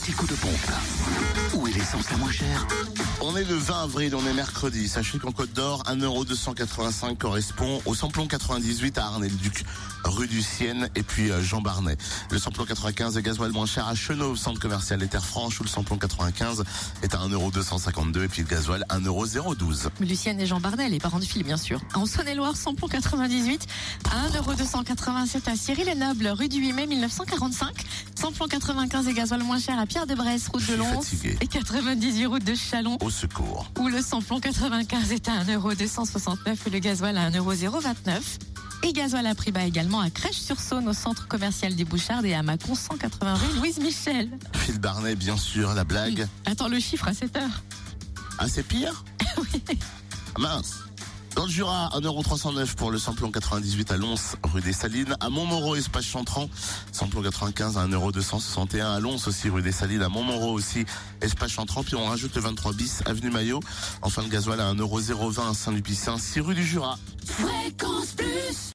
petit coup de pompe. Où est l'essence la moins chère On est le 20 avril, on est mercredi. Sachez qu'en Côte d'Or, 1,285€ correspond au samplon 98 à Arnay-le-Duc, rue du Sienne et puis euh, Jean Barnet. Le samplon 95 est gasoil moins cher à Chenaux, centre commercial des Terres Franches, où le samplon 95 est à 1,252€ et puis le gasoil 1,012€. Lucienne et Jean Barnet, les parents de Phil, bien sûr. En Saône-et-Loire, samplon 98 à 1,287€ à Cyril et Noble, rue du 8 mai 1945. Samplon 95 et gasoil moins cher à Pierre de Bresse, route Je de suis Lons fatigué. et 98 route de Chalon. Au secours. où le samplon 95 est à 1,269€ et le gasoil à 1,029€. Et gasoil à prix bas également à Crèche-sur-Saône au centre commercial des Bouchardes et à Mâcon 180 rue Louise Michel. Phil Barnet, bien sûr, la blague. Attends le chiffre à 7 heure. Ah, c'est pire Ah, Mince. Dans le Jura, 1,309€ pour le samplon 98 à Lons, rue des Salines. À Montmoreau, espace Chantran, samplon 95 à 1,261€ à Lons aussi, rue des Salines. À Montmoreau aussi, espace Chantran. Puis on rajoute le 23 bis, avenue Maillot. Enfin, le gasoil à 1,020€ à Saint-Lupicin, 6 rue du Jura.